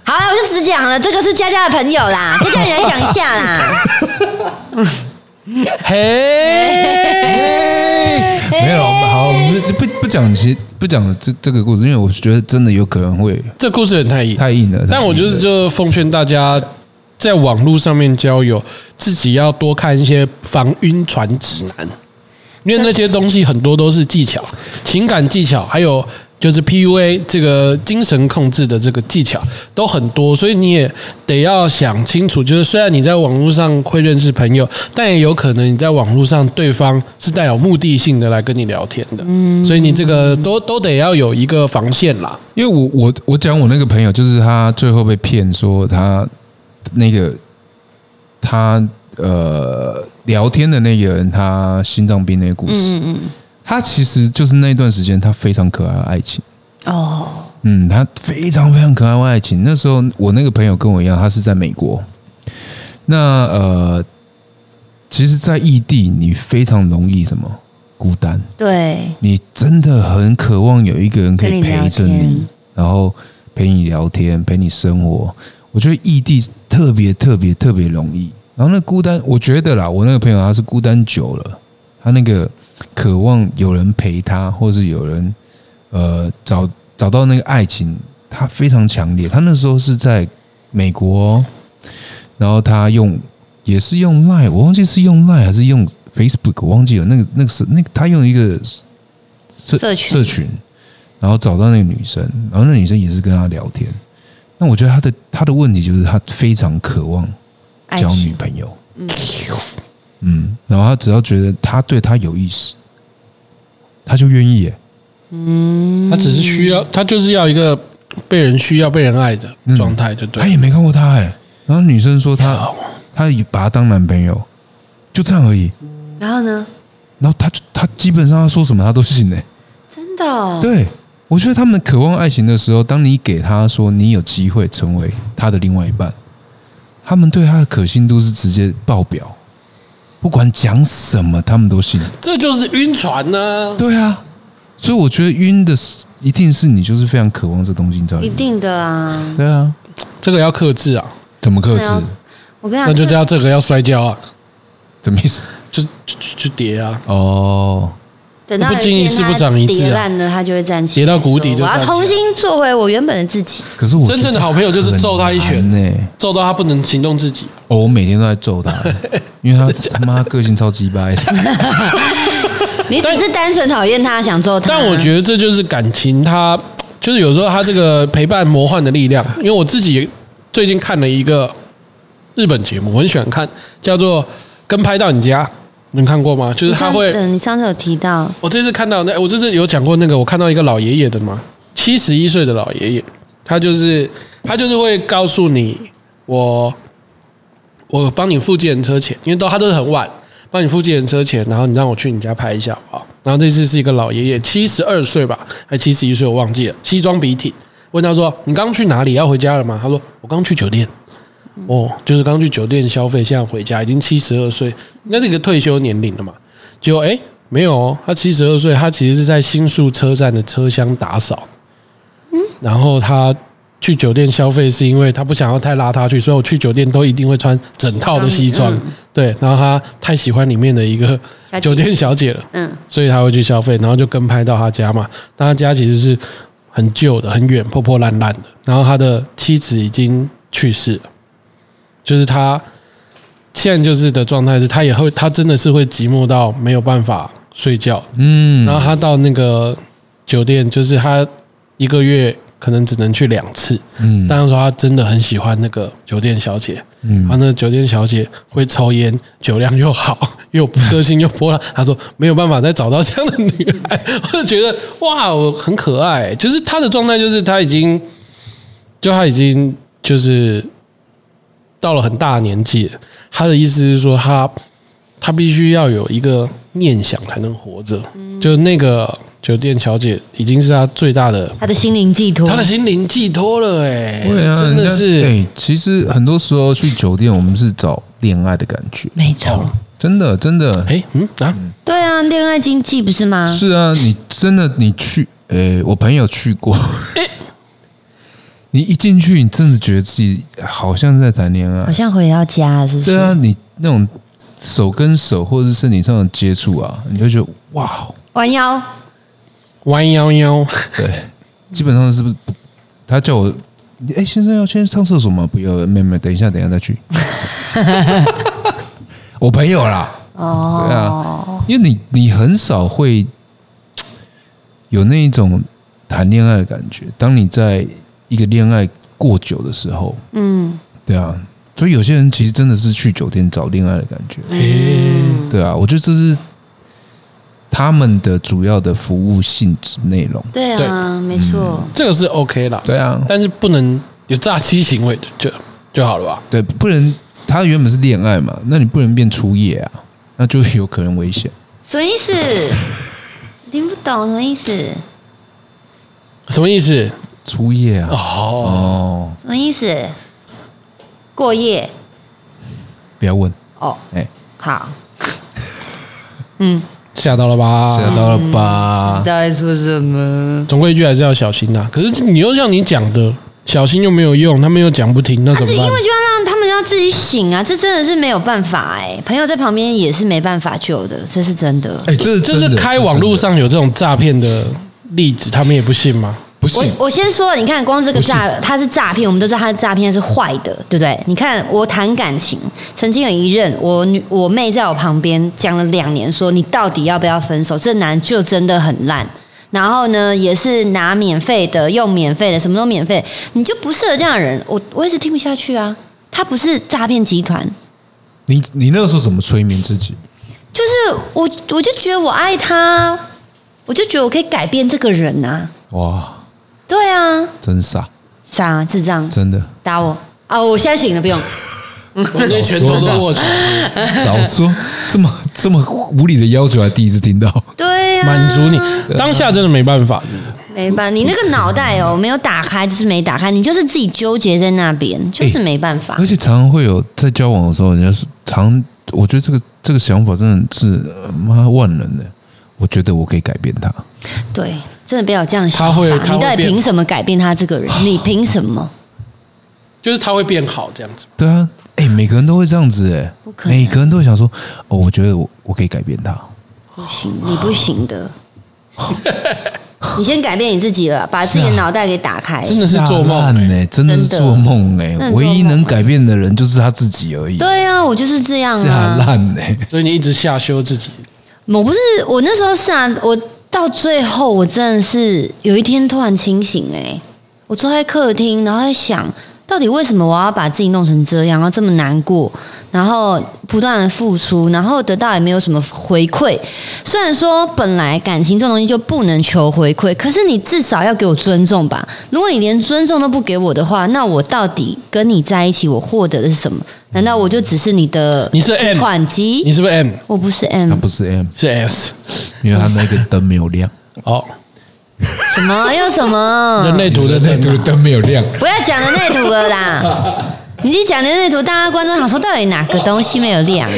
B: 好了，我就只讲了，这个是佳佳的朋友啦，佳佳你来讲一下啦。
A: 嘿，
C: 没有，好，我们就不不讲其不讲这这个故事，因为我觉得真的有可能会
A: 这故事很太硬，
C: 太硬了。
A: 但我就是就奉劝大家，在网络上面交友，自己要多看一些防晕船指南，因为那些东西很多都是技巧、情感技巧，还有就是 PUA 这个精神控制的这个技巧都很多，所以你也得要想清楚，就是虽然你在网络上会认识朋友，但也有可能你在网络上对方是带有目的性的来跟你聊天的，所以你这个都都得要有一个防线啦。
C: 因为我我我讲我那个朋友，就是他最后被骗说他那个他呃聊天的那个人他心脏病那个故事，他其实就是那段时间他非常可爱的爱情。
B: 哦，
C: 嗯，他非常非常可爱的爱情。那时候我那个朋友跟我一样，他是在美国。那呃，其实，在异地你非常容易什么孤单，
B: 对，
C: 你真的很渴望有一个人可
B: 跟
C: 以
B: 你
C: 陪
B: 聊
C: 着
B: 天
C: 你，然后陪你聊天，陪你生活。我觉得异地特别特别特别容易。然后那孤单，我觉得啦，我那个朋友他是孤单久了，他那个渴望有人陪他，或是有人呃找找到那个爱情，他非常强烈。他那时候是在美国哦、然后他用也是用 Line，我忘记是用 Line 还是用 Facebook，我忘记了。那个那个是那个他用一个社
B: 社群
C: 社群，然后找到那个女生，然后那女生也是跟他聊天。那我觉得他的他的问题就是他非常渴望
B: 爱
C: 交女
B: 情，
C: 朋友，嗯，然后他只要觉得他对他有意思，他就愿意耶。
A: 他只是需要，他就是要一个被人需要、被人爱的状态，就对
C: 他。也没看过他哎、然后女生说他他也把他当男朋友，就这样而已。
B: 然后呢？
C: 然后他就他基本上他说什么他都信哎、
B: 真的、哦，
C: 对，我觉得他们渴望爱情的时候，当你给他说你有机会成为他的另外一半，他们对他的可信度是直接爆表，不管讲什么他们都信。
A: 这就是晕船呢、
C: 对啊，所以我觉得晕的是一定是你就是非常渴望这东西，你知道吗
B: 一？定的啊。
C: 对啊，
A: 这个要克制啊，
C: 怎么克
B: 对啊
C: 制？
B: 我跟你讲，
A: 那就这样，这个要摔跤啊，
C: 怎么意思？
A: 就就就就跌啊。
C: 哦，
B: 等到
A: 不经一事不长一智啊
B: 跌烂了，他就会站起
A: 跌
B: 来，
A: 到谷底就
B: 说我
A: 站
B: 要
A: 起来
B: 重新做回我原本的自己。
C: 可是我
A: 真正的好朋友就是揍他一拳
C: 呢、
A: 揍到他不能行动自己，
C: 欸哦，我每天都在 揍他，因为他他妈个性超级掰的。
B: 你只是单纯讨厌他，想揍他。
A: 但我觉得这就是感情它，就是有时候它这个陪伴魔幻的力量。因为我自己最近看了一个日本节目，我很喜欢看，叫做《跟拍到你家》，你们看过吗？就是
B: 你
A: 他
B: 上
A: 会，
B: 嗯，你上次有提到，
A: 我这次看到那，我这次有讲过那个，我看到一个老爷爷的嘛，七十一岁的老爷爷，他就是他就是会告诉你，我我帮你付计程车钱，因为都他都是很晚，帮你付计程车钱，然后你让我去你家拍一下好不好？然后这次是一个老爷爷，七十二岁吧，还七十一岁，我忘记了，西装笔挺。问他说：“你刚去哪里？要回家了吗？”他说：“我刚去酒店。”哦，就是刚去酒店消费，现在回家，已经七十二岁，那是一个退休年龄了嘛？结果哎，没有、哦，他七十二岁，他其实是在新宿车站的车厢打扫。嗯，然后他去酒店消费是因为他不想要太邋遢去，所以我去酒店都一定会穿整套的西装。对，然后他太喜欢里面的一个
B: 小姐
A: 酒店小姐了，
B: 嗯，
A: 所以他会去消费，然后就跟拍到他家嘛。但他家其实是很旧的，很远，破破烂烂的。然后他的妻子已经去世了，就是他现在就是的状态是，他也会，他真的是会寂寞到没有办法睡觉。
C: 嗯
A: 然后他到那个酒店，就是他一个月可能只能去两次。
C: 嗯
A: 但是说他真的很喜欢那个酒店小姐，
C: 嗯
A: 他那个酒店小姐会抽烟，酒量又好， 又个性又泼辣。他说没有办法再找到这样的女孩，我就觉得哇，我很可爱。就是他的状态，就是他已经，就他已经就是到了很大的年纪了。他的意思是说他，他必须要有一个念想才能活着。就是那个酒店小姐已经是他最大的
B: 他的心灵寄托，
A: 他的心灵寄托了、欸，哎、
C: 啊对啊，
A: 真
C: 人
A: 的
C: 家
A: 是，
C: 哎，其实很多时候去酒店，我们是找恋爱的感觉，
B: 没
A: 哦
B: 错，
C: 真的，真的
A: 哎、嗯啊，
B: 对啊，恋爱经济不是吗？
C: 是啊，你真的你去，诶，我朋友去过，
A: 哎
C: 你一进去，你真的觉得自己好像在谈恋
A: 啊
B: 好
A: 哎
C: 爱，
B: 像回到家了，是不是？
C: 对啊，你那种手跟手或者是身体上的接触啊，你就觉得哇，哦
B: 弯腰，
A: 弯腰腰，
C: 对， 基本上是不是不？他叫我，哎，先生要先上厕所吗？不要，妹妹，等一下，等一下再去。我朋友啦，对啊，因为你你很少会有那一种谈恋爱的感觉。当你在一个恋爱过久的时候，
B: 嗯，
C: 对啊，所以有些人其实真的是去酒店找恋爱的感觉，
A: 哎、
C: 对啊，我觉得这是他们的主要的服务性质内容。
B: 对啊，
A: 对嗯
B: 没错，
A: 这个是 OK 啦，
C: 对啊，
A: 但是不能有诈欺行为就就就好了吧？
C: 对，不能他原本是恋爱嘛，那你不能变初夜啊，那就有可能危险。
B: 什么意思？听不懂什么意思？
A: 什么意思？
C: 初夜啊，
A: 哦，
C: 哦，
B: 什么意思？过夜
C: 不要问，
B: 哦，
C: 哎，
B: 好，嗯，
A: 吓到了吧？
C: 吓到了吧？
B: 在说什么？
A: 总归一句还是要小心呐、可是你又像你讲的，小心又没有用，他们又讲不听，那怎
B: 这
A: 么
B: 因
A: 办？
B: 为就要让他们要自己醒啊，这真的是没有办法哎、朋友在旁边也是没办法救的，这是真的。
C: 哎，这是
A: 就
C: 真
A: 是
C: 的
A: 开网络，上有这种诈骗的例子，他们也不信吗？
C: 这是真的不
B: 我我先说，你看，光这个诈，它是诈骗，我们都知道它是诈骗是坏的，对不对？你看，我谈感情，曾经有一任，我女我妹在我旁边讲了两年说，你到底要不要分手？这男人就真的很烂。然后呢，也是拿免费的，用免费的，什么都免费，你就不适合这样的人。我我一直听不下去啊，他不是诈骗集团，
C: 信。你你那个时候怎么催眠自己？
B: 就是我我就觉得我爱他，我就觉得我可以改变这个人啊，
C: 哇，
B: 对啊，
C: 真傻，
B: 傻智障。
C: 真的，
B: 打我啊！我现在醒了，不用。
A: 我这些拳头都握紧，
C: 早说 这么这么无理的要求，还第一次听到。
B: 对呀、
A: 满足你
C: 啊
A: 当下真的没办法。
B: 没办法，你那个脑袋哦，没有打开就是没打开，你就是自己纠结在那
A: 哎
B: 边，就是没办法。
C: 而且常常会有在交往的时候，人家是常，我觉得这个这个想法真的是呃妈万能的。我觉得我可以改变他，
B: 对，真的不要有这样想
A: 他
B: 法。
A: 会他会
B: 你到底
A: 变
B: 凭什么改变他这 个人？你凭什么？
A: 就是他会变好这样子，
C: 对啊，哎、每个人都会这样子、诶，
B: 不可能
C: 每个人都会想说，哦，我觉得我我可以改变他，
B: 不行，你不 行的。你先改变你自己了，把自己的
C: 是啊
B: 脑袋给打开。
A: 真的是做梦
C: 吓烂欸真的是
B: 真的
C: 做梦哎、
B: 真的做梦
C: 唯一能改变的人就是他自己而已，
B: 对啊，我就是这样
C: 吓
B: 啊。
C: 烂哎，
A: 所以你一直下修自己。
B: 我不是我那时候是啊，我到最后我真的是有一天突然清醒哎、我坐在客厅，然后在想，到底为什么我要把自己弄成这样，然后这么难过，然后不断的付出，然后得到也没有什么回馈。虽然说本来感情这种东西就不能求回馈，可是你至少要给我尊重吧。如果你连尊重都不给我的话，那我到底跟你在一起，我获得的是什么？难道我就只是你的
A: 你是 M
B: 款
A: 你
B: 机？
A: 是不是 M？
B: 我不是
C: 他
B: M，
C: 不是 M，
A: 是 S？
C: 因为他那个灯没有亮，
A: 哦，
B: 什么又什么？
A: 人类图的
C: 那
A: 人
C: 个灯没有亮，
B: 不要讲人类图了啦！你一讲人类图，大家观众想说到底哪个东西没有亮，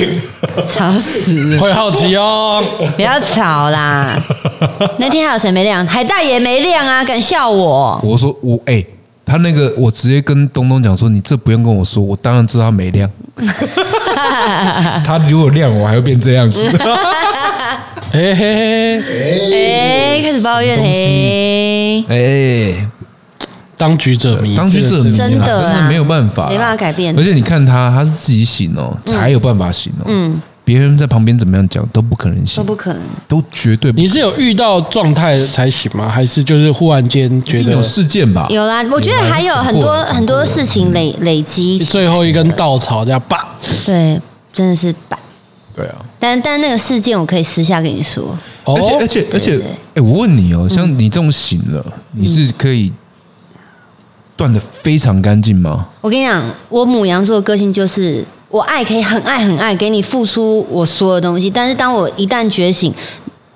B: 吵死了！
A: 啊会好奇 哦。
B: 不要吵啦！那天还有谁没亮？海大爷没亮啊！敢笑我？
C: 我说我哎、他那个我直接跟东东讲说，你这不用跟我说，我当然知道他没 亮。他如果亮，我还会变这 样子。
A: 嘿嘿嘿，
B: 哎、开始抱怨
C: 什么东
B: 嘿，
C: 哎、
A: 当局者迷，
C: 当局者
A: 这个
C: 迷啊，
A: 是
B: 真的啊
C: 真的没有办法啊、
B: 没办法改变
C: 而且你看他，他是自己醒哦，才有办法醒哦。嗯，别人在旁边怎么样讲都不可能
B: 都
C: 醒，
B: 不可能。
C: 都绝对不
A: 你是有遇到状态才醒吗？还是就是忽然间觉
C: 一
A: 得
C: 定有事件吧？
B: 有啦，我觉得还有很多很多事情累累积起，
A: 最后一根稻草这样叭？
B: 对，真的是吧？
C: 对啊。
B: 但但那个事件我可以私下跟你说，
A: 哦
C: 而且而且而且
B: 对，嗯
C: 哎，我问你哦，像你这种醒了，你是可以断的非常干净吗？
B: 我跟你讲，我母羊座的个性就是我爱可以很爱很爱，给你付出我所有东西，但是当我一旦觉醒，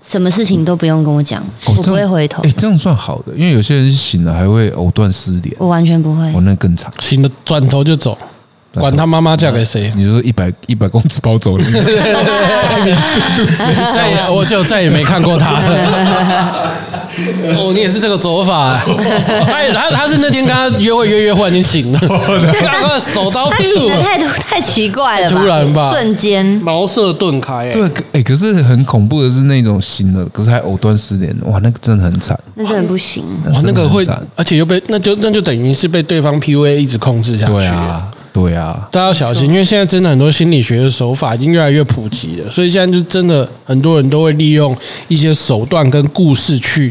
B: 什么事情都不用跟我讲，
C: 哦
B: 我不会回头
C: 哎、，这样算好的，因为有些人醒了还会藕断丝连，
B: 我完全不会
C: 哦，。那更惨。
A: 醒了转头就走，
C: 头嗯
A: 管他妈妈嫁给谁。
C: 你说一百一百公尺包 走了，
A: 再也 我就再也没看过他 了。哦，你也是这个走法、啊？他也他他是那天跟他约会约约忽然间 醒了，刚刚手刀
B: 他醒的态度太奇怪了吧？
A: 哦突然吧
B: 瞬间，
A: 茅塞顿开、欸。
C: 对，可哎、可是很恐怖的是那种醒了，可是还藕断丝连，哇，那个真的很惨，
B: 那真的不行。
A: 哇，那
C: 真的
A: 个
C: 很
A: 会
C: 惨，
A: 而且又被那就那就等于是被对方 PUA 一直控制下去。
C: 对，啊，对啊，
A: 大家要小心，因为现在真的很多心理学的手法已经越来越普及了，所以现在就真的很多人都会利用一些手段跟故事去。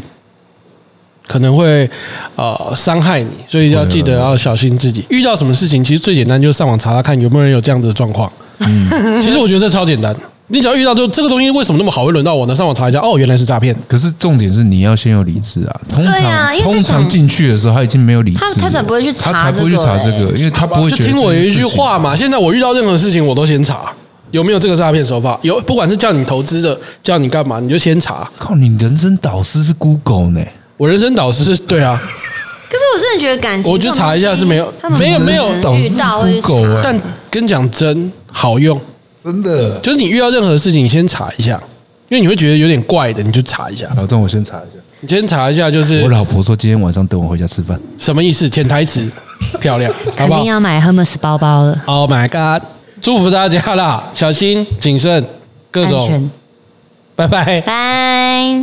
A: 可能会呃伤害你，所以要记得要小心自己。遇到什么事情，其实最简单就是上网查查看有没有人有这样子的状况。嗯，其实我觉得这超简单，你只要遇到就这个东西为什么那么好，会轮到我呢？上网查一下，哦，原来是诈骗。
C: 可是重点是你要先有理智啊。通常、
B: 对啊因为他
C: 通常
B: 想
C: 进去的时候他已经没有理智了，
B: 他他才不会去查
C: 他才不会去查这
B: 这个哎
C: 个，因为他
A: 好吧
C: 不会
A: 就
C: 觉得
A: 听我
C: 这件
A: 一句
C: 事情
A: 话嘛。现在我遇到任何事情，我都先查有没有这个诈骗手法，有不管是叫你投资的，叫你干嘛，你就先查。
C: 靠，你人生导师是 Google 呢？
A: 我人生导师，对啊，
B: 可是我真的觉得感情
A: 我
B: 这
A: 去
B: 种东西，
A: 查一下是没有
B: 他们
A: 没有
B: 不可
A: 没有
B: 能
C: 导
B: 遇
C: 师
B: 到会去
C: Google
B: 查
C: 哎
A: 但跟你讲真好用，
C: 真的。
A: 就是你遇到任何事情，你先查一下，因为你会觉得有点怪的，你就查一下。
C: 老郑，我先查一下。
A: 你先查一下，就是
C: 我老婆说今天晚上等我回家吃饭。
A: 什么意思？潜台词，漂 亮，好
B: 肯
A: 不好
B: 定要买 Hermes 包包了，
A: ？Oh my god！祝福大家啦，小心谨慎，各
B: 安
A: 种，
B: 全，
A: 拜拜。
B: 拜。